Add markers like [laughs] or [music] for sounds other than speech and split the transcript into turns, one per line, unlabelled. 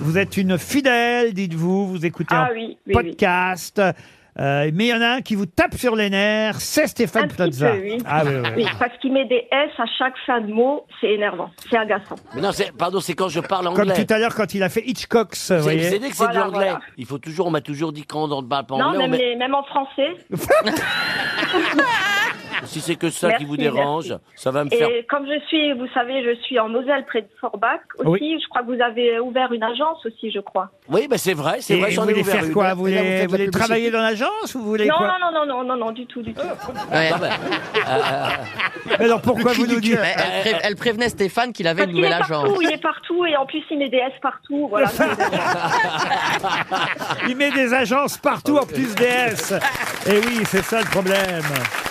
Vous êtes une fidèle, dites-vous. Vous écoutez
Ah
un
oui, oui,
podcast. Euh, mais il y en a un qui vous tape sur les nerfs, c'est Stéphane
Un petit
Plaza.
peu, oui.
Ah oui, oui, oui.
Oui, parce qu'il met des S à chaque fin de mot, c'est énervant, c'est agaçant.
Mais non, c'est- pardon, c'est quand je parle
Comme
anglais.
tout à l'heure quand il a fait Hitchcock, vous
C'est
voyez.
c'est dès que c'est
Voilà,
de l'anglais.
voilà.
Il faut toujours, on m'a toujours dit quand on ne parle pas
Non,
anglais, on
même,
met-
les- même en français.
si c'est que ça
Merci,
qui vous dérange, ça va me faire.
Et comme je suis, vous savez, je suis en Moselle près de Forbach aussi.
Oui.
Je crois que vous avez ouvert une agence aussi, je crois.
Oui, bah, c'est vrai, c'est
Et
vrai,
vous
j'en ai
voulez
ouvert
faire
une.
quoi Vous
Et là, vous
voulez,
faites la
vous voulez
publicité.
travailler dans l'agence ou vous voulez
Non,
quoi
non, non, non, non, non, du tout, du tout.
Ouais.
Ah, bah,
Mais Alors pourquoi vous nous dites
Mais elle, pré- elle prévenait Stéphane qu'il avait
Parce
une
qu'il est
nouvelle
partout,
agence.
il est partout, et en plus il met des S partout. Voilà.
[laughs]
[laughs]
Eh Il met des agences partout en plus des S. Et oui, c'est ça le problème.